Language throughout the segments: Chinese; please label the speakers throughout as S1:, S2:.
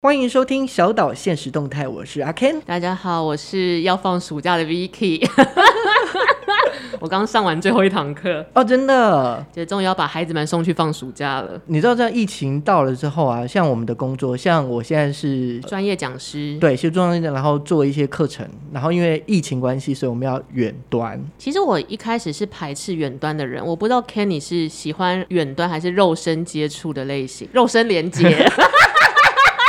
S1: 欢迎收听小岛现实动态，我是阿 Ken。
S2: 大家好，我是要放暑假的 Vicky。我刚上完最后一堂课，
S1: 哦，真的，
S2: 就终于要把孩子们送去放暑假了。
S1: 你知道，在疫情到了之后啊，像我们的工作，像我现在是
S2: 专业讲师，
S1: 对，是中间，然后做一些课程，然后因为疫情关系，所以我们要远 端。
S2: 其实我一开始是排斥远端的人，我不知道 Kenny 是喜欢远端还是肉身接触的类型，肉身连接，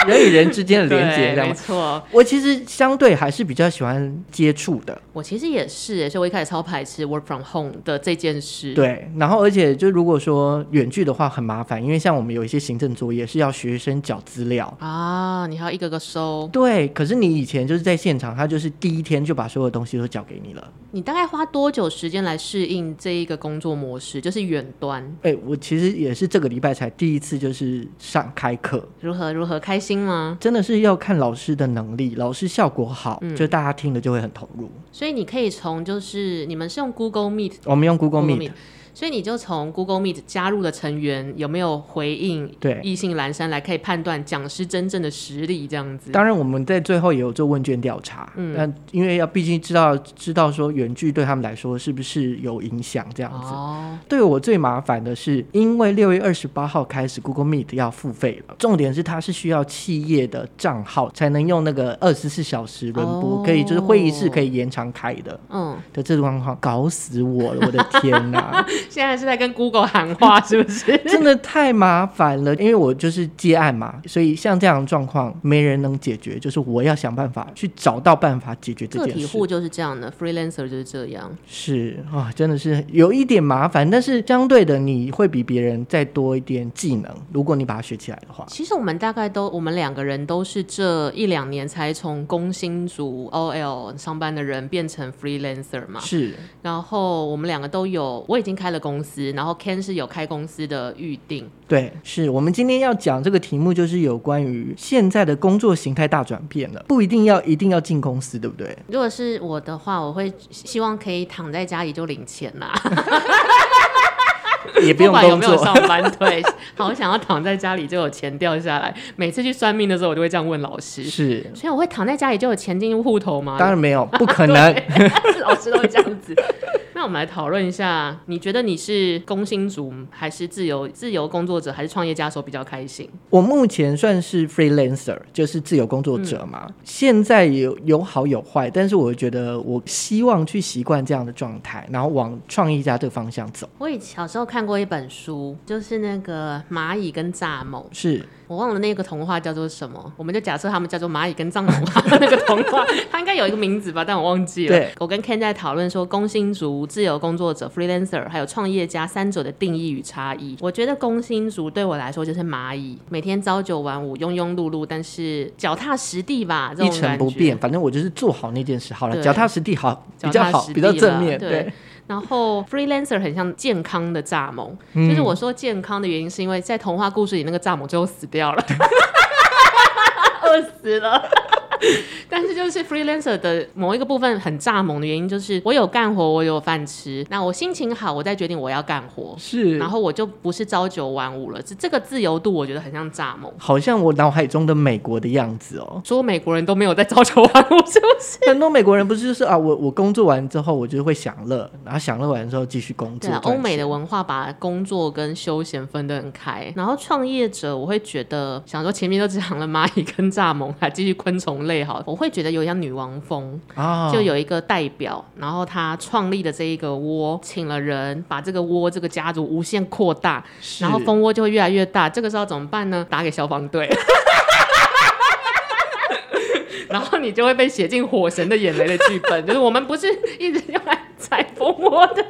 S1: 人与人之间的 连接，
S2: 对
S1: 这样
S2: 没
S1: 吗？
S2: 错。
S1: 我其实相对还是比较喜欢接触的，
S2: 我其实也是耶，所以我一开始超排斥 work from home 的这件事。
S1: 对。然后，而且就如果说远距的话，很麻烦，因为像我们有一些行政作业是要学生缴资料，
S2: 啊，你还要一个个收，
S1: 对。可是你以前就是在现场，他就是第一天就把所有东西都缴给你了。
S2: 你大概花多久时间来适应这一个工作模式？就是远端，
S1: 哎、我其实也是这个礼拜才第一次就是上开课，
S2: 如何如何开心吗？
S1: 真的是要看老师的能力，老师效果好，
S2: 嗯
S1: 就大家听了就会很投入。
S2: 所以你可以从就是你们是用 Google Meet。
S1: 我们用 Google Meet，
S2: 所以你就从 Google Meet 加入的成员有没有回应
S1: 对
S2: 异性阑珊来，可以判断讲师真正的实力这样子。
S1: 当然我们在最后也有做问卷调查，
S2: 嗯
S1: 那因为要毕竟知道知道说远距对他们来说是不是有影响这样子。
S2: 哦，
S1: 对我最麻烦的是，因为六月二十八号开始 Google Meet 要付费了，重点是它是需要企业的账号才能用那个二十四小时轮播，
S2: 哦
S1: 可以就是会议室可以延长开的。
S2: 嗯，
S1: 的这种状况搞死我了，我的天哪、
S2: 现在是在跟 Google 喊话 是不是？
S1: 真的太麻烦了。因为我就是接案嘛，所以像这样的状况没人能解决，就是我要想办法去找到办法解决这
S2: 个
S1: 件
S2: 体
S1: 事
S2: 户。就是这样的，freelancer 就是这样。
S1: 是啊、真的是有一点麻烦，但是相对的你会比别人再多一点技能，如果你把它学起来的话。
S2: 其实我们大概都，我们两个人都是这一两年才从工薪族 OL 上班的人变成 freelancer 嘛。
S1: 是，
S2: 然后我们两个都有，我已经开了公司，然后 Ken 是有开公司的预定。
S1: 对，是我们今天要讲这个题目，就是有关于现在的工作形态大转变了，不一定要一定要进公司，对不对？
S2: 如果是我的话，我会希望可以躺在家里就领钱啦，
S1: 也不
S2: 不
S1: 用
S2: 管有
S1: 工
S2: 没有
S1: 作，
S2: 上班。对， 好想要躺在家里就有钱掉下来。每次去算命的时候，我就会这样问老师。
S1: 是，
S2: 所以我会躺在家里就有钱进入户头吗？
S1: 当然没有，不可能。
S2: 老师都会这样子。 那我们来讨论一下，你觉得你是工薪族还是自由自由工作者还是创业家的时候比较开心？
S1: 我目前算是 freelancer，就是自由工作者嘛。
S2: 嗯
S1: 现在有有好有坏，但是我觉得我希望去习惯这样的状态，然后往创意家这个方向走。
S2: 我以小时候看过一本书，就是那个蚂蚁跟蚱蜢，
S1: 是
S2: 我忘了那个童话叫做什么，我们就假设他们叫做蚂蚁跟蚱蜢吧。那个童话， 它应该有一个名字吧，但我忘记了。
S1: 对
S2: 我跟 Ken 在讨论说，工薪族、自由工作者、freelancer 还有创业家三者的定义与差异。我觉得工薪族对我来说就是蚂蚁，每天朝九晚五、庸庸碌碌，但是脚踏实地吧，这
S1: 一
S2: 种
S1: 成
S2: 感觉
S1: 不变，反正我就是做好那件事好了，
S2: 对
S1: 脚踏实地好比较
S2: 脚踏
S1: 好，
S2: 实地
S1: 比较正面。
S2: 啦对。
S1: 对，
S2: 然后 freelancer 很像健康的蚱蜢，就是
S1: 嗯
S2: 我说健康的原因是因为在童话故事里那个蚱蜢最后死掉了，饿死了。但是就是 freelancer 的某一个部分很蚱蜢的原因，就是我有干活，我有饭吃，那我心情好，我再决定我要干活，
S1: 是
S2: 然。后我就不是朝九晚五了。这这个自由度，我觉得很像蚱蜢。
S1: 好像我脑海中的美国的样子哦，
S2: 所有美国人都没有在朝九晚五，是不是？
S1: 很多美国人不是就是啊，我我工作完之后我就会享乐，然后享乐完之后继续工作
S2: 对啊，。
S1: 赚
S2: 欧美
S1: 钱
S2: 的文化把工作跟休闲分得很开，然后创业者我会觉得，想说前面都讲了蚂蚁跟蚱蜢，还继续昆虫类好了，我会觉得有点像女王风，
S1: 啊，
S2: 就有一个代表，然后他创立的这一个窝，请了人，把这个窝这个家族无限扩大，
S1: 是
S2: 然后蜂窝就会越来越大，这个时候怎么办呢？打给消防队。 然后你就会被写进《火神的眼泪》的剧本，就是我们不是一直用来采蜂窝的。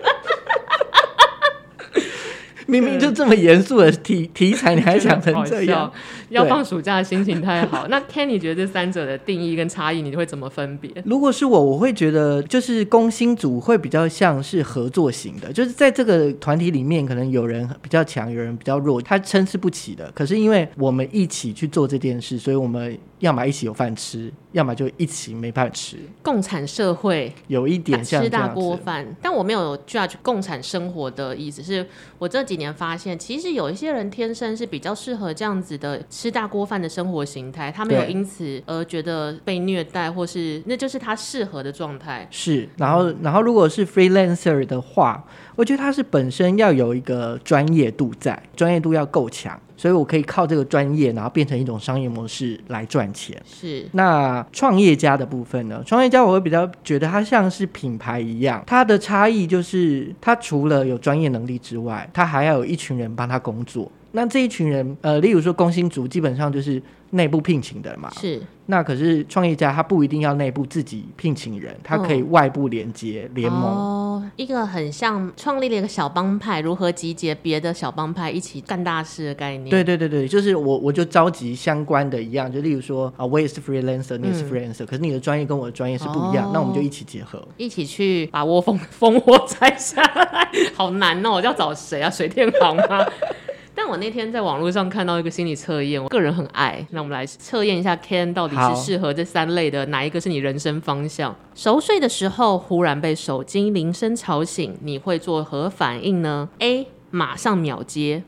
S1: 明明就这么严肃的题题材，你还讲哎成这样
S2: 嗯好笑？要
S1: 对
S2: 放暑假的心情太好。那 Ken，你觉得这三者的定义跟差异，你会怎么分别？
S1: 如果是我，我会觉得就是工薪组会比较像是合作型的，就是在这个团体里面，可能有人比较强，有人比较弱，他参差不齐的。可是因为我们一起去做这件事，所以我们要么一起有饭吃，要么就一起没饭吃，
S2: 共产社会
S1: 有一点像
S2: 啊吃
S1: 这
S2: 大
S1: 样
S2: 锅
S1: 子。
S2: 饭，但我没有 judge 共产生活的意思。是我这几年发现，其实有一些人天生是比较适合这样子的吃大锅饭的生活形态，他没有
S1: 对
S2: 因此而觉得被虐待，或是那就是他适合的状态。
S1: 是，然后，然后如果是 freelancer 的话，我觉得他是本身要有一个专业度在，专业度要够强，所以我可以靠这个专业，然后变成一种商业模式来赚钱。
S2: 是
S1: 那创业家的部分呢？创业家我会比较觉得他像是品牌一样，它的差异就是他除了有专业能力之外，他还要有一群人帮他工作。那这一群人，呃，例如说工薪族，基本上就是内部聘请的嘛。
S2: 是，
S1: 那可是创业家，他不一定要内部自己聘请人，他可以外部连接联盟。
S2: 嗯哦，一个很像创立了一个小帮派，如何集结别的小帮派一起干大事的概念。
S1: 对对对对，就是我我就召集相关的一样，就例如说啊，我也是 freelancer，你也是
S2: 嗯
S1: freelancer，、可是你的专业跟我的专业是不一样，
S2: 哦
S1: 那我们就一起结合。
S2: 一起去把窝烽烽火摘下来，好难哦！我要找谁啊？水电行吗？ 但我那天在网络上看到一个心理测验，我个人很爱。那我们来测验一下 Ken 到底
S1: 好
S2: 是适合这三类的哪一个是你人生方向？熟睡的时候忽然被手机铃声吵醒，你会作何反应呢？A. 马上秒接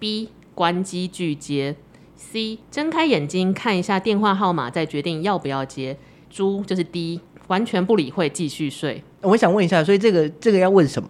S2: ；B. 关机拒接；C. 睁开眼睛看一下电话号码，再决定要不要接。猪就是 D，完全不理会，继续睡。
S1: 我想问一下，所以这个这个要问什么？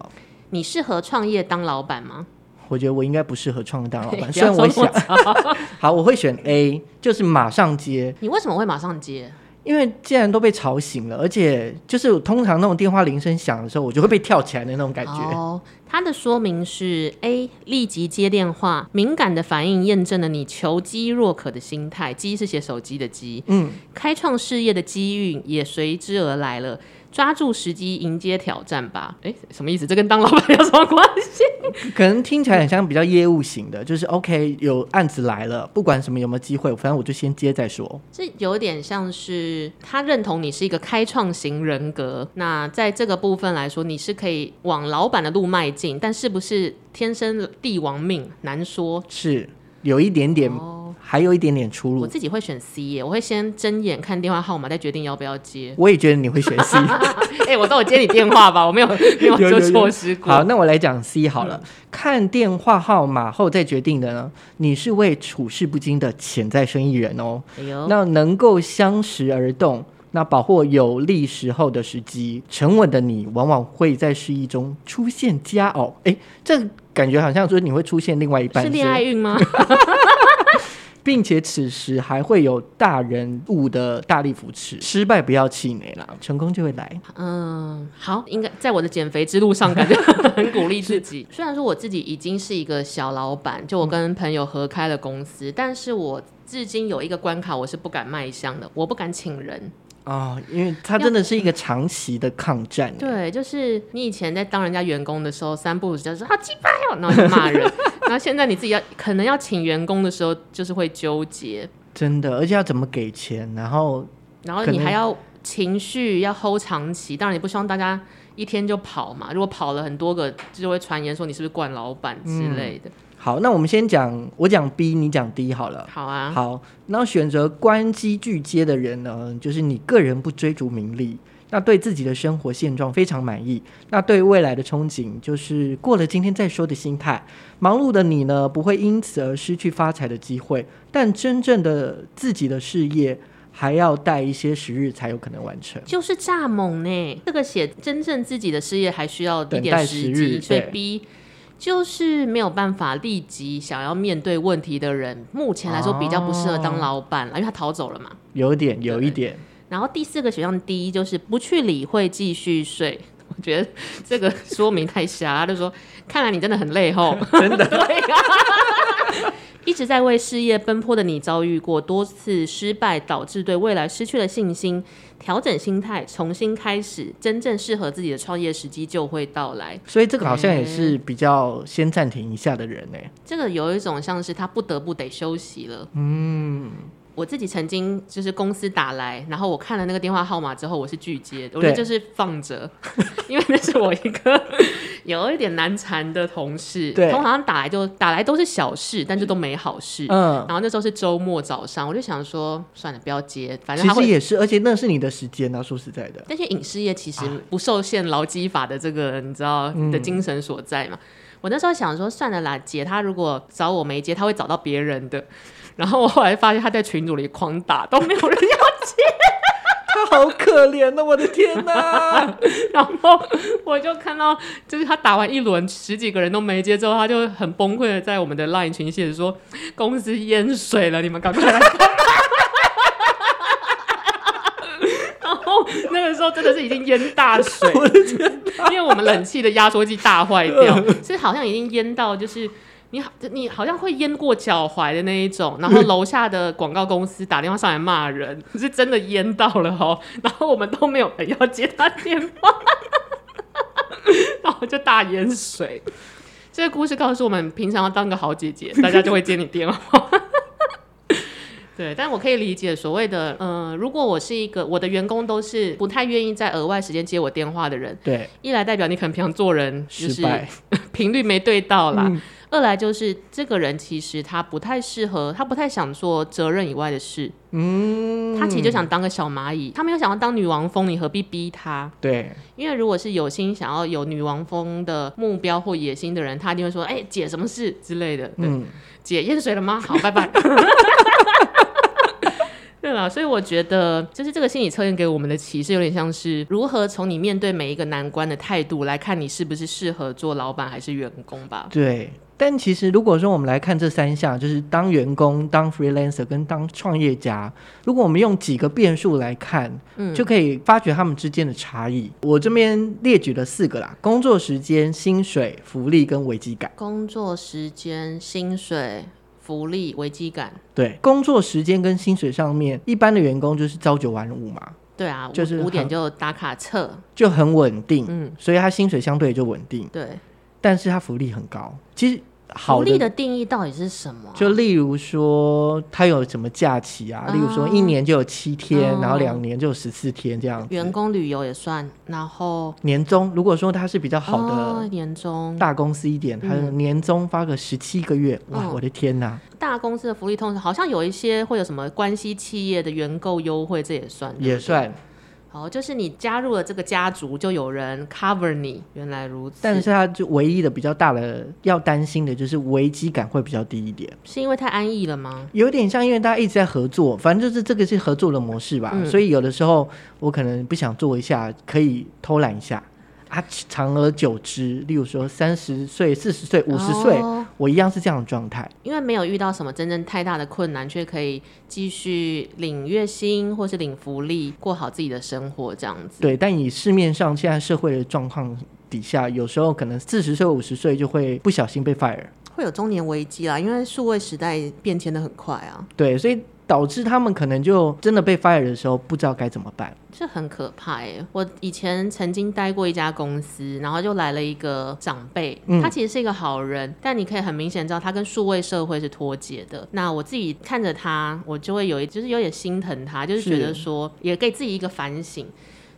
S2: 你适合创业当老板吗？
S1: 我觉得我应该不适合创业当老 板，
S2: 不
S1: 哦虽
S2: 要
S1: 然我
S2: 说
S1: 想
S2: 那么早
S1: 好，我会选 A，就是马上接，
S2: 你为什么会马上接？
S1: 因为既然都被吵醒了，而且就是通常那种电话铃声响的时候，我就会被跳起来的那种感觉。
S2: 哦，它的说明是：A. 立即接电话，敏感的反应验证了你求机若渴的心态。机是写手机的机，
S1: 嗯，
S2: 开创事业的机遇也随之而来了。抓住时机，迎接挑战吧。诶，什么意思？这跟当老板有什么关系？
S1: 可能听起来很像比较业务型的，就是 OK，有案子来了，不管什么有没有机会，反正我就先接再说。
S2: 这有点像是他认同你是一个开创型人格。那在这个部分来说，你是可以往老板的路迈进，但是不是天生帝王命难说。
S1: 是有一点点，
S2: 哦，
S1: 还有一点点出入。。
S2: 我自己会选 C 耶，我会先睁眼看电话号码，再决定要不要接
S1: 我也觉得你会选 C。
S2: 哎、我都有接你电话 吧，我没有没有
S1: 有有
S2: 就
S1: 有
S2: 错失过。嗯
S1: 好，那我来讲 C 好了。看电话号码后再决定的呢，你是位处事不惊的潜在生意人哦。
S2: 哎呦，
S1: 那能够相时而动，那把握有利时候的时机，沉稳的你往往会在失意中出现佳偶。诶，这感觉好像说你会出现另外一半
S2: 是恋爱运吗？
S1: 并且此时还会有大人物的大力扶持。失败不要气馁啦，成功就会来。
S2: 嗯，好，应该在我的减肥之路上，感觉很鼓励自己。虽然说我自己已经是一个小老板，就我跟朋友合开了公司，但是我至今有一个关卡，我是不敢迈向的，我不敢请人。
S1: 啊、因为它真的是一个长期的抗战。
S2: 对，就是你以前在当人家员工的时候，三不五时就说好鸡巴哦，然后就骂人。然后现在你自己要可能要请员工的时候，就是会纠结，
S1: 真的，而且要怎么给钱，然后
S2: 然后
S1: 可
S2: 你
S1: 能
S2: 还要情绪要 hold 长期，当然你不希望大家一天就跑嘛。如果跑了很多个，就会传言说你是不是惯老板之类的。
S1: 好，那我们先讲，我讲 B，你讲 D 好了。
S2: 好啊，
S1: 好，那选择关机拒接的人呢，就是你个人不追逐名利，那对自己的生活现状非常满意，那对未来的憧憬就是过了今天再说的心态。忙碌的你呢，不会因此而失去发财的机会，但真正的自己的事业还要待一些时日才有可能完成。
S2: 就是蚱蜢呢。这个写真正自己的事业还需要一
S1: 等待
S2: 点
S1: 时
S2: 时
S1: 日
S2: 机，所以
S1: 对
S2: B 就是没有办法立即想要面对问题的人，目前来说比较不适合
S1: 哦
S2: 当老板了，因为他逃走了嘛。
S1: 有点，有一点，
S2: 然后第四个选项 D 就是不去理会，继续睡。 我觉得这个说明太狭隘，他就说看来你真的很累吼， 真的对啊。 一直在为事业奔波的你，遭遇过多次失败，导致对未来失去了信心，调整心态，重新开始，真正适合自己的创业时机就会到来。
S1: 所以这个好像也是比较先暂停一下的人呢、欸
S2: 这个有一种像是他不得不得休息了。
S1: 嗯，
S2: 我自己曾经就是公司打来，然后我看了 那个电话号码之后，我是拒接的，我就
S1: 对
S2: 就是放着，因为那是我一个有一点难缠的同事，
S1: 对
S2: 通常打来就打来都是小事，但就都没好事。
S1: 嗯，
S2: 然后那时候是周末早上，我就想说算了，不要接，反正
S1: 其
S2: 他
S1: 实
S2: 会。
S1: 也是，而且那是你的时间啊，说实在的，
S2: 但是影视业其实
S1: 啊
S2: 不受限劳基法的这个你知道
S1: 嗯
S2: 的精神所在嘛。我那时候想说算了啦，姐她如果找我没接，她会找到别人的。然后我后来发现她在群组里狂打，都没有人要
S1: 他 好可怜哦，我的天哪、
S2: 然后我就看到，就是他打完一轮，十几个人都没接之后，他就很崩溃的在我们的 LINE 群写说：“公司淹水了，你们赶快来帮忙。” 然后那个时候真的是已经淹大水，因为我们冷气的压缩机大坏掉，是好像已经淹到就是。你好，你好像会淹过脚踝的那一种，然后楼下的广告公司打电话上来骂人，是真的淹到了哦。然后我们都没有人要接他电话，然后就大淹水。这个故事告诉我们，平常要当个好姐姐，大家就会接你电话。 对，但我可以理解所谓的，嗯、如果我是一个我的员工都是不太愿意在额外时间接我电话的人，
S1: 对，
S2: 一来代表你可能平常做人就是
S1: 失败，
S2: 频率没对到啦，
S1: 嗯
S2: 二来就是这个人其实他不太适合，他不太想做责任以外的事，
S1: 嗯，
S2: 他其实就想当个小蚂蚁，他没有想要当女王蜂，你何必逼他？
S1: 对，
S2: 因为如果是有心想要有女王蜂的目标或野心的人，他一定会说：“哎、姐，什么事之类的。”对，
S1: 嗯，
S2: 姐淹水了吗？好，拜 拜。对啦，所以我觉得，就是这个心理测验给我们的启示，有点像是如何从你面对每一个难关的态度来看，你是不是适合做老板还是员工吧。
S1: 对。但其实，如果说我们来看这三项，就是当员工、当 freelancer 跟当创业家，如果我们用几个变数来看，
S2: 嗯，
S1: 就可以发觉他们之间的差异。我这边列举了四个啦：工作时间、薪水、福利跟危机感。
S2: 工作时间、薪水、福利、危机感。
S1: 对，工作时间跟薪水上面，一般的员工就是朝九晚五嘛，
S2: 对啊，
S1: 就是
S2: 五五
S1: 很
S2: 点就打卡测。
S1: 就很稳定，
S2: 嗯，
S1: 所以他薪水相对就稳定，
S2: 对。
S1: 但是他福利很高。其实好
S2: 福利
S1: 的，
S2: 的定义到底是什么啊？
S1: 就例如说他有什么假期啊，例如说一
S2: 哦
S1: 年就有七天，然后
S2: 哦
S1: 两年就有十四天这样
S2: 员
S1: 子。
S2: 工旅游也算，然后
S1: 年终如果说他是比较好的。
S2: 哦年终
S1: 大公司一点，他的年终发个十七个月，哇，
S2: 嗯
S1: 我的天呐，
S2: 大公司的福利通常好像有一些会有什么关系企业的员购优惠，这也算
S1: 也。
S2: 对不对
S1: 算，
S2: 哦，就是你加入了这个家族，就有人 cover 你。原来如此，
S1: 但是他就唯一的比较大的要担心的就是危机感会比较低一点，
S2: 是因为太安逸了吗？
S1: 有点像因为大家一直在合作，反正就是这个是合作的模式吧，
S2: 嗯
S1: 所以有的时候我可能不想做一下，可以偷懒一下啊，长而久之，例如说三十岁、四十岁、五十岁，
S2: 哦
S1: 我一样是这样的状态，
S2: 因为没有遇到什么真正太大的困难，却可以继续领月薪或是领福利，过好自己的生活，这样子。
S1: 对，但以市面上现在社会的状况。底下有时候可能四十岁、五十岁就会不小心被 fire，
S2: 会有中年危机啦，因为数位时代变迁的很快啊，
S1: 对，所以导致他们可能就真的被 fire 的时候，不知道该怎么办。
S2: 这很可怕哎、我以前曾经待过一家公司，然后就来了一个长辈，
S1: 嗯
S2: 他其实是一个好人，但你可以很明显知道他跟数位社会是脱节的。那我自己看着他，我就会有一就是有点心疼他，就是
S1: 是
S2: 觉得说也给自己一个反省。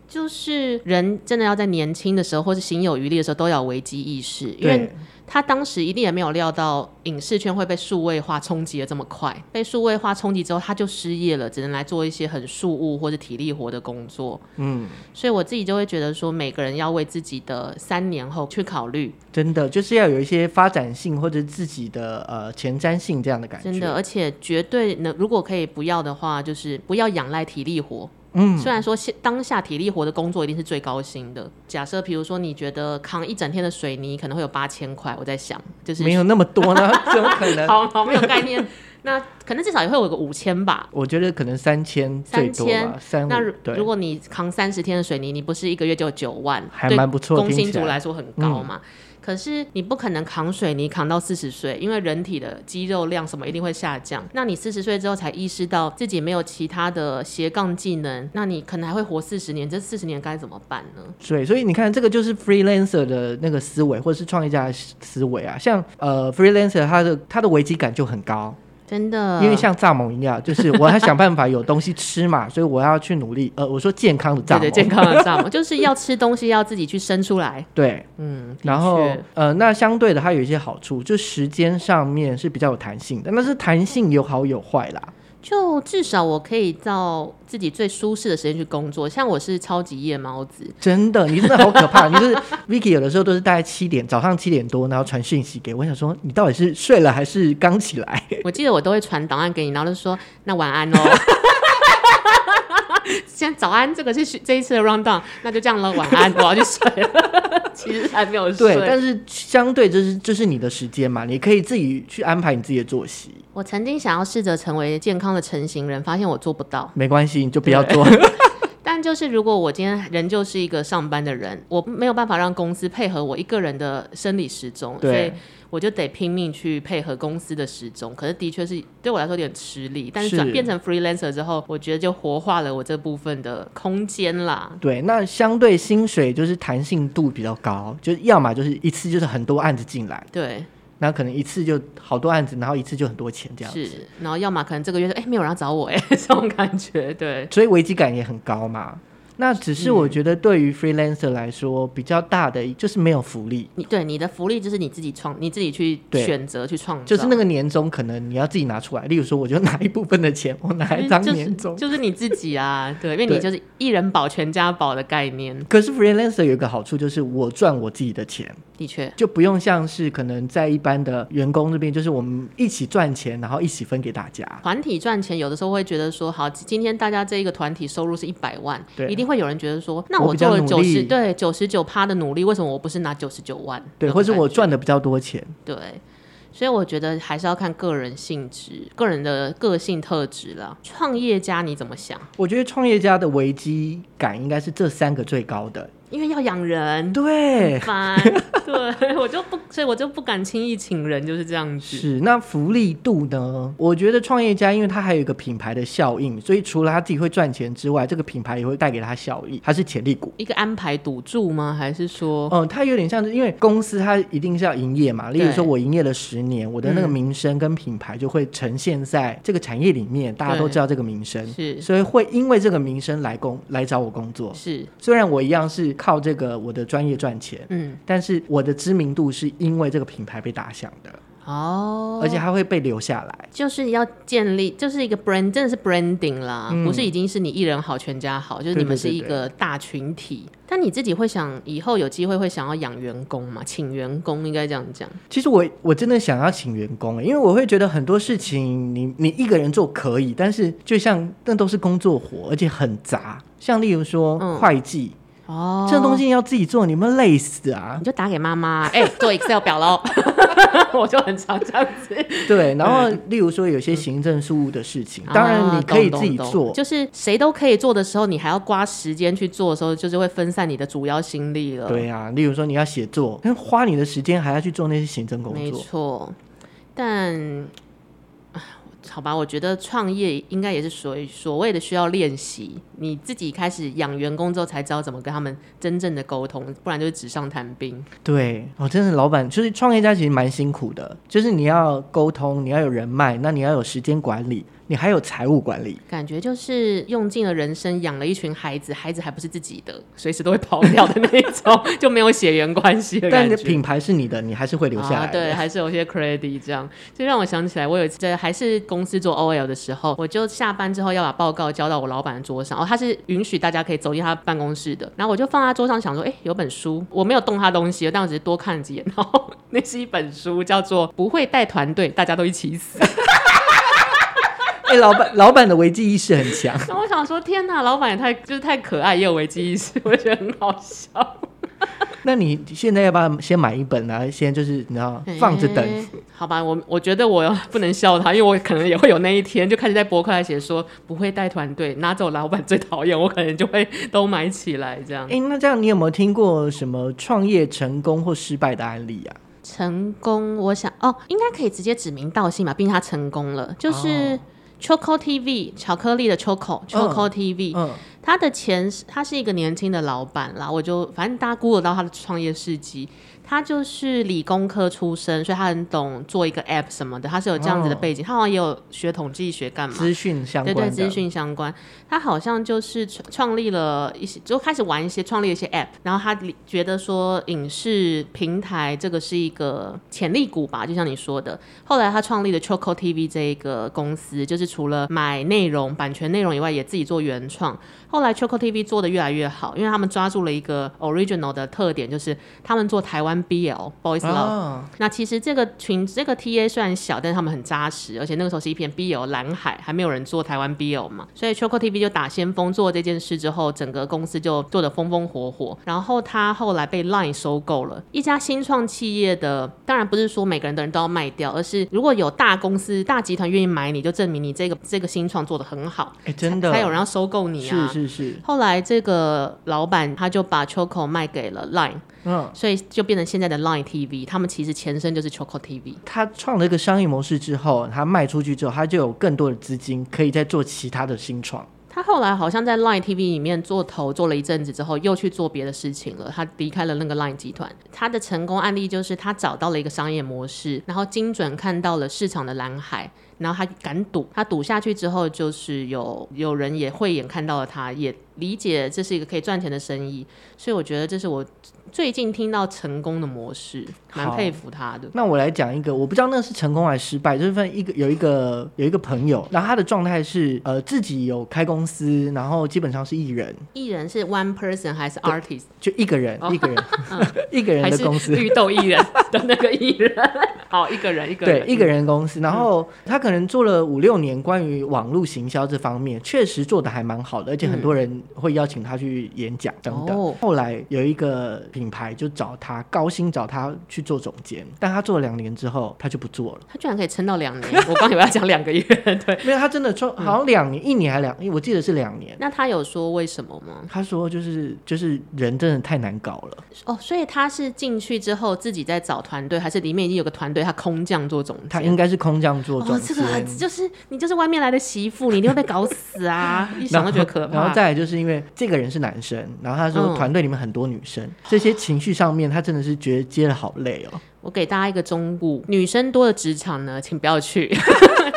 S2: 就是人真的要在年轻的时候，或是行有余力的时候，都要有危机意识，因为
S1: 对，
S2: 他当时一定也没有料到影视圈会被数位化冲击的这么快，被数位化冲击之后，他就失业了，只能来做一些很术务或者体力活的工作。
S1: 嗯，
S2: 所以我自己就会觉得说，每个人要为自己的三年后去考虑，
S1: 真的就是要有一些发展性或者自己的呃前瞻性这样的感觉。
S2: 真的，，而且绝对能，如果可以不要的话，就是不要仰赖体力活。
S1: 嗯，
S2: 虽然说现当下体力活的工作一定是最高薪的，假设比如说你觉得扛一整天的水泥可能会有八千块，我在想，就是
S1: 没有那么多 呢，怎么可能？
S2: 好好没有概念， 那可能至少也会有个五千吧。
S1: 我觉得可能三千最多吧，三
S2: 那
S1: 五
S2: 如
S1: 对
S2: 如，果你扛三十天的水泥，你不是一个月就有九万，
S1: 还
S2: 对
S1: 蛮不错
S2: 工
S1: 听
S2: 薪
S1: 起
S2: 族
S1: 来嗯
S2: 来说很高嘛。可是你不可能扛水泥扛到四十岁，因为人体的肌肉量什么一定会下降。那你四十岁之后才意识到自己没有其他的斜杠技能，那你可能还会活四十年，这四十年该怎么办呢？
S1: 对，所以你看，这个就是 freelancer 的那个思维，或者是创业家的思维啊。像呃 freelancer，他的他的危机感就很高，
S2: 真的，
S1: 因为像蚱蜢一样， 就是我要想办法有东西吃嘛，所以我要去努力。呃，我说健康的蚱
S2: 对
S1: 蜢，
S2: 对健康的蚱蜢，就是要吃东西要自己去生出来。
S1: 对
S2: 嗯，的
S1: 然后
S2: 确
S1: 呃，那相对的它有一些好处，就时间上面是比较有弹性的，但是弹性有好有坏啦。
S2: 就至少我可以到自己最舒适的时间去工作。像我是超级夜 猫子，
S1: 真的，你真的好可怕！你 就是 Vicky，有的时候都是大概七点，早上七点多，然后传讯息给我，我想说你到底是睡了还是刚起 来？
S2: 我记得我都会传档案给你，然后就说那 晚安喽。现在早安，这个是这一次的 round down，那就这样了，晚安，我要去睡了。 其实还没有睡，
S1: 对，但是相对就是就是你的时间嘛，你可以自己去安排你自己的作息，
S2: 我曾经想要试着成为健康的成型人，发现我做不到。
S1: 没关系，你就不要
S2: 对
S1: 做。
S2: 但就是如果我今天仍旧是一个上班的人，我没有办法让公司配合我一个人的生理时钟，所以
S1: 对
S2: 我就得拼命去配合公司的时钟。可是的确是对我来说有点吃力，但
S1: 是
S2: 是转变成 freelancer 之后，我觉得就活化了我这部分的空间啦。
S1: 对，那相对薪水就是弹性度比较高，就是要么就是一次就是很多案子进来，
S2: 对，
S1: 那可能一次就好多案子，然后一次就很多钱这样子，
S2: 是，然后要么可能这个月说，哎、没有人要找我、哎， 这种感觉，对，
S1: 所以危机感也很高嘛。那只是我觉得对于 freelancer 来说比较大的就是没有福利，
S2: 你对你的福利就是你自己创，你自己去
S1: 对
S2: 选择去创造，
S1: 就是那个年终可能你要自己拿出来，例如说我就拿一部分的钱， 我拿一张年终。
S2: 嗯就是，就是你自己啊，对，因为
S1: 对
S2: 你就是一人保全家保的概念，
S1: 可是 freelancer 有一个好处就是我赚我自己的钱，
S2: 的确，
S1: 就不用像是可能在一般的员工这边，就是我们一起赚钱，然后一起分给大家。
S2: 团体赚钱有的时候会觉得说，好，今天大家这一个团体收入是一百万，
S1: 对
S2: 一定会有人觉得说，那
S1: 我
S2: 我
S1: 比较
S2: 做了
S1: 努
S2: 九
S1: 力
S2: 十对九十九趴的努力，为什么我不是拿九十九万？
S1: 对，
S2: 那种
S1: 或是我
S2: 感觉
S1: 赚的比较多钱，
S2: 对。所以我觉得还是要看个人性质、个人的个性特质啦。创业家你怎么想？
S1: 我觉得创业家的危机感应该是这三个最高的。
S2: 因为要养人，
S1: 对，
S2: 烦， 对我就不，所以我就不敢轻易请人，就是这样子。
S1: 是那福利度呢？我觉得创业家，因为他还有一个品牌的效应，所以除了他自己会赚钱之外，这个品牌也会带给他效益，他是潜力股。
S2: 一个安排赌注吗？还是说，
S1: 嗯，它有点像是，因为公司它一定是要营业嘛。例如
S2: 对
S1: 说，我营业了十年，我的那个
S2: 嗯
S1: 名声跟品牌就会呈现在这个产业里面，大家都
S2: 对
S1: 知道这个名声，
S2: 是
S1: 所以会因为这个名声来工来找我工作。
S2: 是
S1: 虽然我一样是靠这个我的专业赚钱，
S2: 嗯
S1: 但是我的知名度是因为这个品牌被打响的，
S2: 哦，
S1: 而且它会被留下来。
S2: 就是要建立，就是一个 brand，真的是 branding 啦，
S1: 嗯
S2: 不是已经是你一人好全家好，就是
S1: 对
S2: 你
S1: 对对
S2: 们是一
S1: 对
S2: 个大群体。但你自己会想，以后有机会会想要养员工嘛？请员工应该这样讲，
S1: 其实我我真的想要请员工、因为我会觉得很多事情你你一个人做可以，但是就像那都是工作活，而且很杂。像例如说
S2: 嗯
S1: 会计、
S2: 哦，
S1: 这东西要自己做，你们累死啊
S2: 你！就打给妈妈，哎、做 Excel 表喽， 我就很常这样子。
S1: 对，然后例如说有些行政事务的事情， 当然你
S2: 啊
S1: 可以
S2: 懂
S1: 自己
S2: 懂懂
S1: 做，
S2: 就是谁都可以做的时候，你还要花时间去做的时候，就是会分散你的主要心力了。
S1: 对啊，例如说你要写作，但花你的时间还要去做那些行政工
S2: 没
S1: 作，
S2: 错，但唉好吧，我觉得创业应该也是所所谓的需要练习，你自己开始养员工之后，才知道怎么跟他们真正的沟通，不然就是纸上谈兵。
S1: 对，哦，真的，老板就是创业家，其实蛮辛苦的，就是你要沟通，你要有人脉，那你要有时间管理，你还有财务管理。
S2: 感觉就是用尽了人生，养了一群孩子，孩子还不是自己的，随时都会跑掉的那一种， 就没有血缘关系的
S1: 但
S2: 感
S1: 你的
S2: 觉。
S1: 品牌是你的，你还是会留下来
S2: 啊，
S1: 的。
S2: 对，还是有些 credit 这样，就让我想起来，我有一次在还是公司做 OL 的时候，我就下班之后要把报告交到我老板的桌上，哦，他是允许大家可以走进他办公室的，然后我就放他桌上，想说，哎，有本书，我没有动他东西，但我只是多看了几眼， 然后那是一本书，叫做《不会带团队，大家都一起死》，
S1: 哎、老板， 老板的危机意识很强。
S2: 然后我想说，天哪，老板也太就是太可爱，也有危机意识，我觉得很好笑。
S1: 那你现在要不要先买一本啊？先就是你知道放着等。
S2: 欸好吧，我我觉得我不能笑他，因为我可能也会有那一天，就开始在博客来写说不会带团队，拿走老板最讨厌，我可能就会都买起来这样
S1: 哎、。那这样你有没有听过什么创业成功或失败的案例啊？
S2: 成功，我想哦，应该可以直接指名道姓吧，毕竟他成功了，就是。
S1: 哦
S2: Choco TV 巧克力的 Choco，Choco TV，、
S1: 嗯，
S2: 他的前他是一个年轻的老板啦，我就反正大家 Google 到他的创业事迹，他就是理工科出身，所以他很懂做一个 app 什么的，他是有这样子的背景，他好像也有学统计学干嘛，
S1: 嗯资讯相
S2: 对
S1: 关
S2: 对，
S1: 的
S2: 资讯相关，他好像就是创创立了一些，就开始玩一些，创立了一些 app，然后他理觉得说影视平台这个是一个潜力股吧，就像你说的。后来他创立了 Choco TV 这一个公司，就是除了买内容、版权内容以外，也自己做原创。后来 Choco TV 做的越来越好，因为他们抓住了一个 original 的特点，就是他们做台湾 BL boys love，、
S1: 啊，
S2: 那其实这个群这个 TA 虽然小，但是他们很扎实，而且那个时候是一片 BL 蓝海，还没有人做台湾 BL 嘛，所以 Choco TV 就打先锋做这件事之后，整个公司就做得风风火火。然后他后来被 Line 收购了，一家新创企业的，当然不是说每个人的人都要卖掉，而是如果有大公司、大集团愿意买你，就证明你这个这个新创做得很好，
S1: 哎、真的
S2: 才有人要收购你
S1: 是
S2: 啊。
S1: 是是，
S2: 后来这个老板他就把 Choco 卖给了 Line。
S1: 嗯，
S2: 所以就变成现在的 Line TV，他们其实前身就是 Choco TV。
S1: 他创了一个商业模式之后，他卖出去之后，他就有更多的资金可以再做其他的新创。
S2: 他后来好像在 Line TV 里面做头做了一阵子之后，又去做别的事情了。他离开了那个 Line 集团。他的成功案例就是他找到了一个商业模式，然后精准看到了市场的蓝海，然后他敢赌。他赌下去之后，就是有有人也慧眼看到了他，也理解这是一个可以赚钱的生意。所以我觉得这是我最近听到成功的模式，蛮
S1: 好
S2: 佩服他的。
S1: 那我来讲一个，我不知道那是成功还是失败，就是分一个有一个有一个朋友，然后他的状态是呃自己有开公司，然后基本上是艺人，
S2: 艺人是 one person 还是 artist？
S1: 就一个人、
S2: 哦
S1: 一个人 一个人
S2: 还
S1: 的
S2: 是
S1: 公司，
S2: 绿豆 艺人的那个艺人，好，一个人一个人，嗯
S1: 对一个人公司，然后他可能做了五六年关于网络行销这方面，确实做的还蛮好的，而且很多人会邀请他去演讲等等。
S2: 嗯哦
S1: 后来有一个品牌就找他高薪找他去做总监，但他做了两年之后他就不做了，
S2: 他居然可以撑到两年，我刚以为要讲两个月，对。
S1: 因为他真的做
S2: 嗯
S1: 好像两年、一年还两，我记得是两年。
S2: 那他有说为什么吗？
S1: 他说就是就是人真的太难搞了，
S2: 哦，所以他是进去之后自己在找团队，还是里面已经有个团队，他空降做总
S1: 他
S2: 监？
S1: 应该是空降做总
S2: 哦，这
S1: 监。
S2: 个很就是你就是外面来的媳妇，你一定会被搞死啊！一想就觉得可 怕。
S1: 然后再来就是因为这个人是男生，然后他说
S2: 嗯
S1: 团队里面很多女生，这些情绪上面他真的是觉得接的好累哦。
S2: 我给大家一个忠告：女生多的职场呢，请不要 去，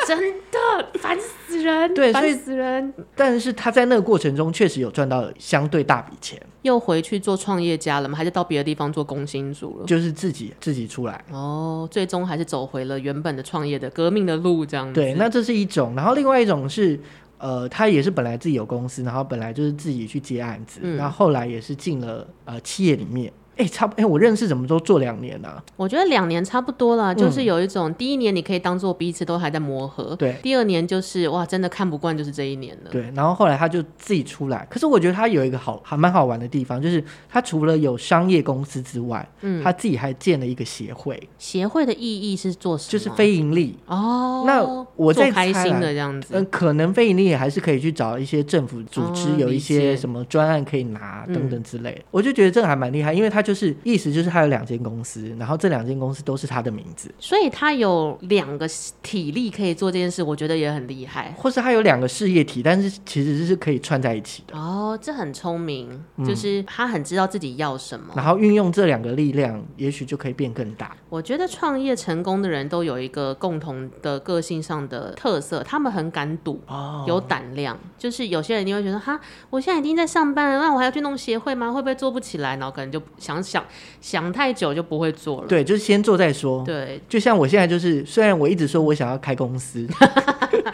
S2: 真的烦死人，
S1: 对所
S2: 烦
S1: 以
S2: 死人。
S1: 但是他在那个过程中确实有赚到相对大笔钱，
S2: 又回去做创业家了吗？还是到别的地方做工薪族了？
S1: 就是自己自己出来。
S2: 哦，最终还是走回了原本的创业的革命的路，这样子。
S1: 对，那这是一种，然后另外一种是。呃，他也是本来自己有公司，然后本来就是自己去接案子，
S2: 嗯
S1: 然后后来也是进了呃企业里面，哎，差不哎，我认识怎么都做两年啊，
S2: 我觉得两年差不多了，就是有一种、第一年你可以当做彼此都还在磨合，
S1: 嗯对
S2: 第二年就是哇，真的看不惯，就是这一年了。
S1: 对，然后后来他就自己出来。可是我觉得他有一个好还蛮好玩的地方，就是他除了有商业公司之外，
S2: 嗯
S1: 他自己还建了一个协会，
S2: 协会的意义是做什么？
S1: 就是非盈利。
S2: 哦，
S1: 那我
S2: 做
S1: 在
S2: 开
S1: 猜
S2: 心
S1: 啦
S2: 的这样子。
S1: 嗯，可能非盈利也还是可以去找一些政府组织
S2: 哦
S1: 有一
S2: 理
S1: 些
S2: 解嗯
S1: 什么专案可以拿等等之类的，我就觉得这个还蛮厉害，因为他就是意思就是他有两间公司，然后这两间公司都是他的名字，
S2: 所以他有两个体力可以做这件事，我觉得也很厉害。
S1: 或是他有两个事业体，但是其实是可以串在一起的。
S2: 哦，这很聪明，
S1: 嗯
S2: 就是他很知道自己要什么。
S1: 然后运用这两个力量，也许就可以变更大。
S2: 我觉得创业成功的人都有一个共同的个性上的特色，他们很敢赌。
S1: 哦，
S2: 有胆量，就是有些人你会觉得哈，我现在已经在上班了，那我还要去弄协会吗？会不会做不起来？然后可能就想想想太久就不会做了。
S1: 对，就是先做再说。
S2: 对，
S1: 就像我现在就是，虽然我一直说我想要开公司，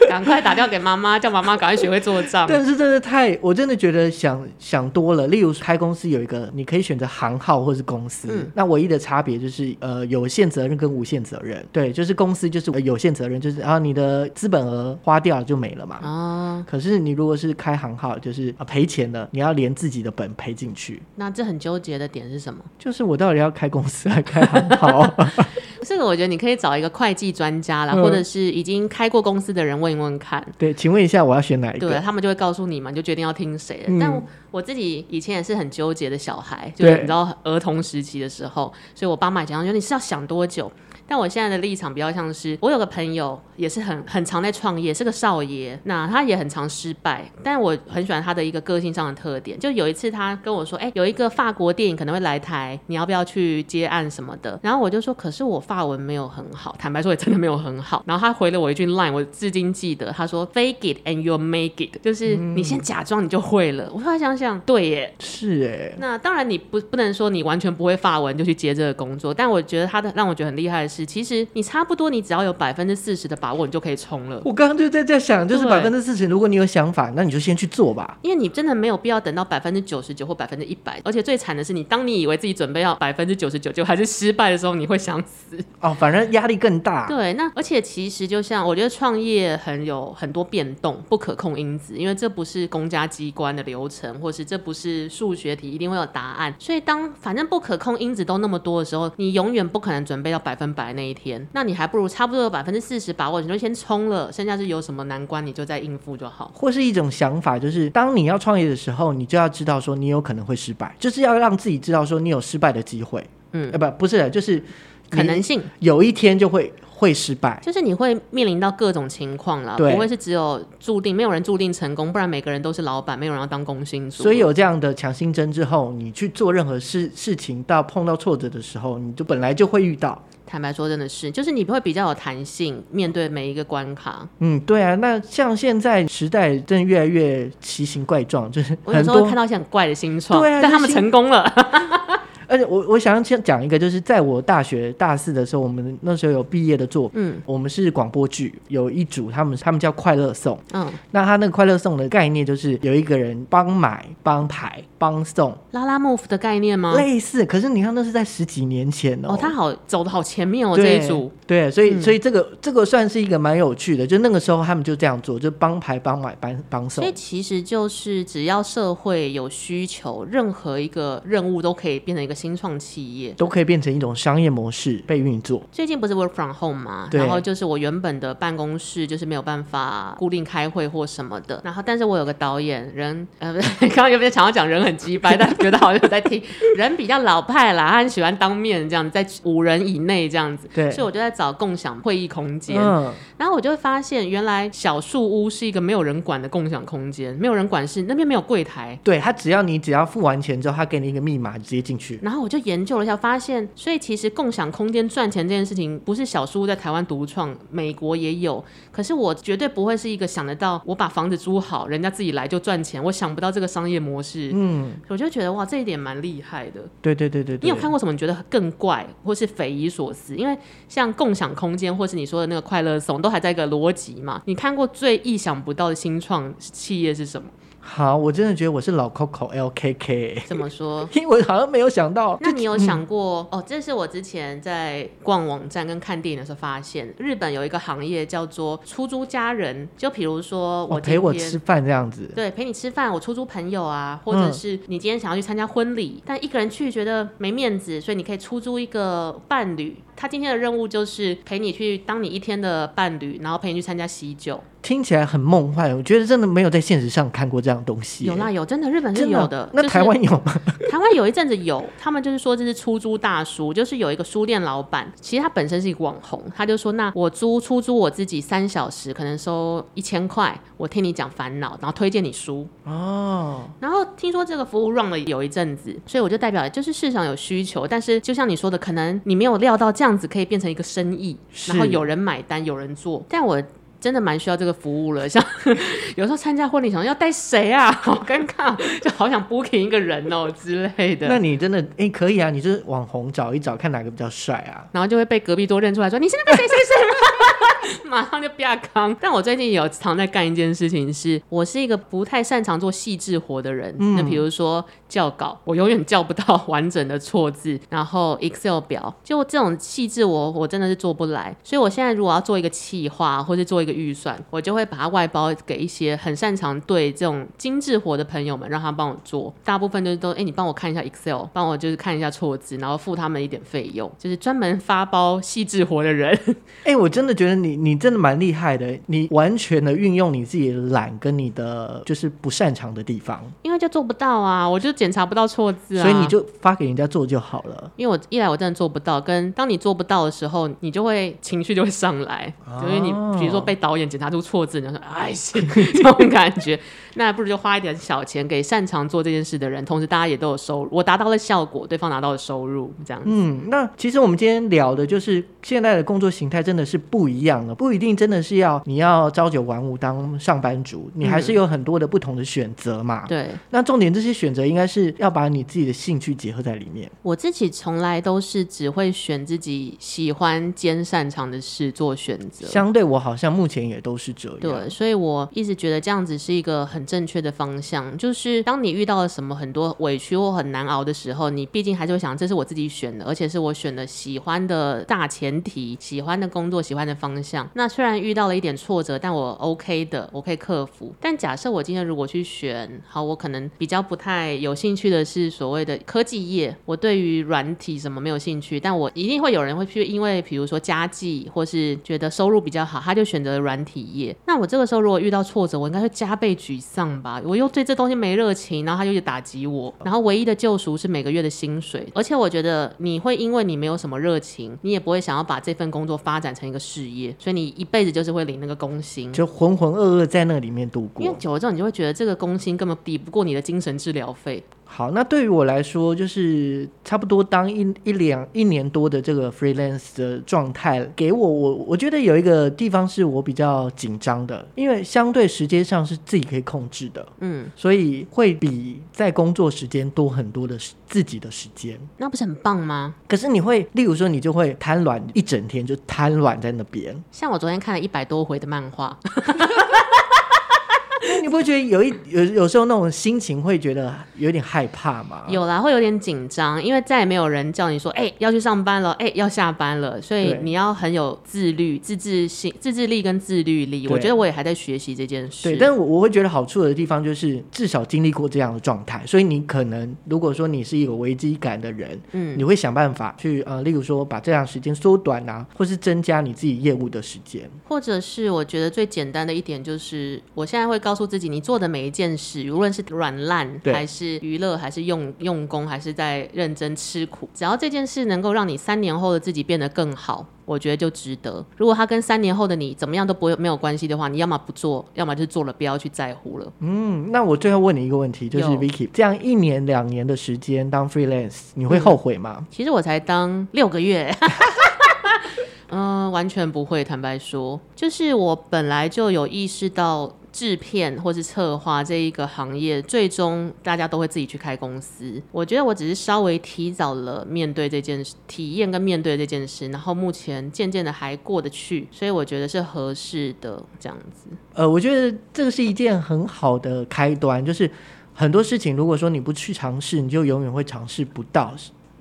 S2: 赶快打电话给妈妈，叫妈妈赶快学会做 账。
S1: 但是真的太，我真的觉得想想多了。例如开公司有一个，你可以选择行号或是公司，
S2: 嗯
S1: 那唯一的差别就是呃有限责任跟无限责任。对，就是公司就是呃有限责任，就是啊你的资本额花掉了就没了嘛。
S2: 啊，
S1: 可是你如果是开行号，就是啊赔钱了，你要连自己的本赔进去。
S2: 那这很纠结的点是什么？
S1: 就是我到底要开公司还开行号？啊
S2: 这个我觉得你可以找一个会计专家啦，
S1: 嗯
S2: 或者是已经开过公司的人问一问看。
S1: 对，请问一下我要选哪一
S2: 对
S1: 个？
S2: 他们就会告诉你嘛，你就决定要听谁了。
S1: 嗯
S2: 但我我自己以前也是很纠结的小孩，就是
S1: 对
S2: 你知道儿童时期的时候，所以我爸妈讲，就你是要想多久？但我现在的立场比较像是，我有个朋友也是很很常在创业，是个少爷，那他也很常失败，但我很喜欢他的一个个性上的特点。就有一次他跟我说，哎、有一个法国电影可能会来台，你要不要去接案什么的？然后我就说，可是我法文没有很好，坦白说也真的没有很好。然后他回了我一句 line，我至今记得，他说 fake it and you make it，就是你先假装你就会了。我突然想想，对耶，
S1: 是哎、
S2: 那当然，你不不能说你完全不会法文就去接这个工作，但我觉得他的让我觉得很厉害的是，其实你差不多，你只要有百分之四十的把握，你就可以冲了。
S1: 我刚刚就在在想，就是
S2: 对
S1: 百分之四十，如果你有想法，那你就先去做吧。
S2: 因为你真的没有必要等到百分之九十九或百分之一百，而且最惨的是，你当你以为自己准备要百分之九十九，就还是失败的时候，你会想死。
S1: 哦，反正压力更大。
S2: 对，那而且其实就像我觉得创业很有很多变动、不可控因子，因为这不是公家机关的流程，或是这不是数学题一定会有答案，所以当反正不可控因子都那么多的时候，你永远不可能准备到百分百那一天，那你还不如差不多有百分之四十把握，你就先冲了，剩下是有什么难关你就再应付就好。
S1: 或是一种想法，就是当你要创业的时候，你就要知道说你有可能会失败，就是要让自己知道说你有失败的机会。
S2: 嗯
S1: 呃，不，不是，就是
S2: 可能
S1: 你
S2: 性
S1: 有一天就会会失败。
S2: 就是你会面临到各种情况啦，
S1: 对
S2: 不会是只有注定，没有人注定成功，不然每个人都是老板，没有人要当工薪族。
S1: 所以有这样的强心针之后，你去做任何事事情，到碰到挫折的时候，你就本来就会遇到。
S2: 坦白说，真的是，就是你会比较有弹性，面对每一个关卡。
S1: 嗯，对啊，那像现在时代真的越来越奇形怪状，就是
S2: 我有
S1: 很
S2: 时候会
S1: 多
S2: 看到一些很怪的新创，
S1: 对啊
S2: 但他们
S1: 就是
S2: 成 功了。
S1: 而且我我想要先讲一个，就是在我大学大四的时候，我们那时候有毕业的作品，
S2: 嗯
S1: 我们是广播剧，有一组他们他们叫快乐颂。
S2: 嗯，
S1: 那他那个快乐颂的概念就是有一个人帮买、帮排、帮送，
S2: 拉拉 move 的概念吗？
S1: 类似。可是你看，那是在十几年前哦。
S2: 嗯哦，他好走的好前面哦，这
S1: 对
S2: 一组。
S1: 对，所以、
S2: 嗯
S1: 所以这个这个算是一个蛮有趣的，就那个时候他们就这样做，就帮排、帮买、帮帮
S2: 所以
S1: 送。
S2: 其实就是只要社会有需求，任何一个任务都可以变成一个新创企业。
S1: 都可以变成一种商业模式被运作，
S2: 最近不是 work from home 嘛，
S1: 对
S2: 然后就是我原本的办公室就是没有办法固定开会或什么的，然后但是我有个导演人， 呃，不是刚刚有没有想要讲人很鸡掰，但觉得好像有在听， 人比较老派啦，他很喜欢当面这样子，在五人以内这样子，
S1: 对
S2: 所以我就在找共享会议空间，
S1: 嗯，
S2: 然后我就会发现原来小树屋是一个没有人管的共享空间，没有人管是那边没有柜台，
S1: 对他只要你只要付完钱之后，他给你一个密码，直接进去。
S2: 然后我就研究了一下，发现，所以其实共享空间赚钱这件事情，不是小叔在台湾独创，美国也有。可是我绝对不会是一个想得到，我把房子租好，人家自己来就赚钱，我想不到这个商业模式。
S1: 嗯，
S2: 我就觉得哇，这一点蛮厉害的。
S1: 对对对对对。
S2: 你有看过什么你觉得更怪或是匪夷所思？因为像共享空间或是你说的那个快乐颂，都还在一个逻辑嘛。你看过最意想不到的新创企业是什么？
S1: 好，我真的觉得我是老 Coco LKK，欸
S2: 怎么说？
S1: 因为我好像没有想到，
S2: 那你有
S1: 嗯
S2: 想过、哦？这是我之前在逛网站跟看电影的时候发现，日本有一个行业叫做出租家人，就比如
S1: 嗯
S2: 说
S1: 我
S2: 我
S1: 哦陪我
S2: 今天
S1: 吃饭这样子，
S2: 对，陪你吃饭，我出租朋友啊，或者
S1: 嗯
S2: 是你今天想要去参加婚礼，但一个人去觉得没面子，所以你可以出租一个伴侣。他今天的任务就是陪你去当你一天的伴侣，然后陪你去参加喜酒。
S1: 听起来很梦幻，我觉得真的没有在现实上看过这样的东西欸。
S2: 有啦，有真的，日本是
S1: 真
S2: 有
S1: 的啊
S2: 的。。
S1: 那
S2: 就是
S1: 台湾有 吗？
S2: 台湾有一阵子有，他们就是说这是出租大叔，就是有一个书店老板，其实他本身是一个网红，他就说那我租出租我自己三小时，可能收一千块，我听你讲烦恼，然后推荐你书。
S1: 哦，
S2: 然后听说这个服务 run 了有一阵子，所以我就代表就是市场有需求，但是就像你说的，可能你没有料到这样子可以变成一个生意，
S1: 是
S2: 然后有人买单，有人做，但我。真的蛮需要这个服务了， 像有时候参加婚礼，想要带谁啊，好尴尬，就好想 booking 一个人哦之类的。
S1: 那你真的哎可以啊，你就是网红找一找，看哪个比较帅啊。
S2: 然后就会被隔壁桌认出来说你是那个谁谁谁 吗？马上就啪康。但我最近有常在干一件事情是，我是一个不太擅长做细致活的人。那比如说校稿，我永远校不到完整的错字， 然后 Excel 表，就这种细致我我真的是做不来。所以我现在如果要做一个企划或是做一个预算，我就会把它外包给一些很擅长对这种精致活的朋友们，让他帮我做。大部分就是都哎、诶你帮我看一下 Excel，帮我就是看一下错字，然后付他们一点费用，就是专门发包细致活的人。
S1: 哎，我真的觉得你你真的蛮厉害的，你完全的运用你自己的懒跟你的就是不擅长的地方，
S2: 因为就做不到啊，我就检查不到错字啊，
S1: 所以你就发给人家做就好了。
S2: 因为我一来我真的做不到，跟当你做不到的时候，你就会情绪就会上来，
S1: 哦
S2: 就是你比如说被导演检查出错字，你就说哎是这种感觉， 那不如就花一点小钱给擅长做这件事的人，同时大家也都有收入，我达到了效果，对方拿到了收入，这样。
S1: 嗯，那其实我们今天聊的就是现在的工作形态真的是不一样了，不一定真的是要你要朝九晚五当上班族，你还是有很多的不同的选择嘛。
S2: 嗯对
S1: 那重点这些选择应该是要把你自己的兴趣结合在里面。
S2: 我自己从来都是只会选自己喜欢兼擅长的事做选择，
S1: 相对我好像目前也都是这样。
S2: 对，所以我一直觉得这样子是一个很正确的方向。就是当你遇到了什么很多委屈或很难熬的时候，你毕竟还是会想，这是我自己选的，而且是我选的喜欢的大前提、喜欢的工作、喜欢的方向。那虽然遇到了一点挫折，但我 OK 的，我可以克服。但假设我今天如果去选，好，我可能比较不太有兴趣的是所谓的科技业，我对于软体什么没有兴趣，但我一定会有人会去，因为比如说家计或是觉得收入比较好，他就选择了软体业。那我这个时候如果遇到挫折，我应该会加倍沮丧吧？我又对这东西没热情，然后他又打击我，然后唯一的救赎是每个月的薪水。而且我觉得你会因为你没有什么热情，你也不会想要把这份工作发展成一个事业，所以你一辈子就是会领那个工薪。
S1: 就浑浑噩噩在那里面度
S2: 因为
S1: 过。
S2: 久了之后，你就会觉得这个工薪根本比不过你的精神治疗费。
S1: 好，那对于我来说，就是差不多当一一两一年多的这个 freelance 的状态，给我我我觉得有一个地方是我比较紧张的，因为相对时间上是自己可以控制的，
S2: 嗯，
S1: 所以会比在工作时间多很多的时自己的时间。
S2: 那不是很棒吗？
S1: 可是你会，例如说，你就会瘫软一整天，就瘫软在那边。
S2: 像我昨天看了一百多回的漫画，
S1: 你不会觉得有一有有时候那种心情会觉得有点害怕吗？
S2: 有啦，会有点紧张，因为再也没有人叫你说，哎、要去上班了，哎、要下班了，所以
S1: 对
S2: 你要很有自律、自制性、自制力跟自律力。
S1: 对
S2: 我觉得我也还在学习这件事。
S1: 对，但我我会觉得好处的地方就是至少经历过这样的状态，所以你可能如果说你是有危机感的人，
S2: 嗯
S1: 你会想办法去呃，例如说把这样时间缩短啊，或是增加你自己业务的时间。
S2: 或者是我觉得最简单的一点就是，我现在会告诉自己，你做的每一件事，无论是软烂
S1: 对
S2: 还是娱乐，还是用用功，还是在认真吃苦，只要这件事能够让你三年后的自己变得更好。我觉得就值得。如果它跟三年后的你怎么样都不会没有关系的话，你要么不做，要么就是做了不要去在乎了。
S1: 嗯，那我最后问你一个问题，就是
S2: 有
S1: Vicky 这样一年两年的时间当 freelance，你会
S2: 嗯
S1: 后悔吗？
S2: 其实我才当六个月。 嗯、完全不会。坦白说，就是我本来就有意识到制片或是策划这一个行业，最终大家都会自己去开公司。我觉得我只是稍微提早了面对这件事，体验跟面对这件事，然后目前渐渐的还过得去，所以我觉得是合适的这样子。
S1: 呃，我觉得这个是一件很好的开端，就是很多事情如果说你不去尝试，你就永远会尝试不到。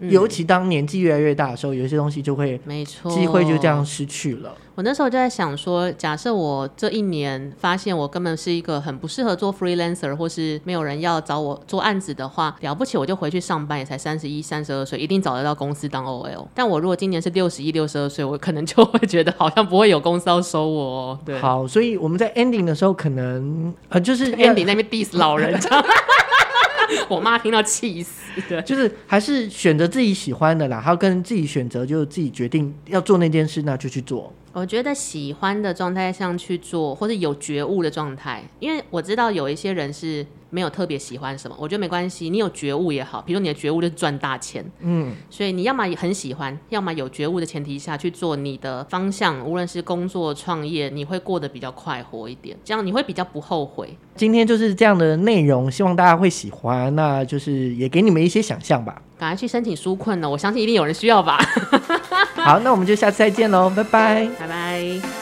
S2: 嗯
S1: 尤其当年纪越来越大的时候，有一些东西就会
S2: 没错，
S1: 机会就这样失去了。
S2: 我那时候就在想说，假设我这一年发现我根本是一个很不适合做 freelancer，或是没有人要找我做案子的话，了不起我就回去上班，也才三十一、三十二岁，一定找得到公司当 OL。但我如果今年是六十一、六十二岁，我可能就会觉得好像不会有公司要收我哦。对，
S1: 好，所以我们在 ending 的时候，可能呃，就是要
S2: Andy 那边 diss 老人， 这样我妈听到气死。对，
S1: 就是还是选择自己喜欢的啦，然后跟自己选择，就是自己决定要做那件事，那就去做。
S2: 我觉得喜欢的状态上去做，或是有觉悟的状态，因为我知道有一些人是没有特别喜欢什么，我觉得没关系，你有觉悟也好，比如你的觉悟就是赚大钱，
S1: 嗯，
S2: 所以你要么很喜欢，要么有觉悟的前提下去做你的方向，无论是工作、创业，你会过得比较快活一点，这样你会比较不后悔。
S1: 今天就是这样的内容，希望大家会喜欢。那就是也给你们一些想象吧。
S2: 赶快去申请纾哦困了，我相信一定有人需要吧。
S1: 好，那我们就下次再见喽，拜拜。
S2: 拜拜。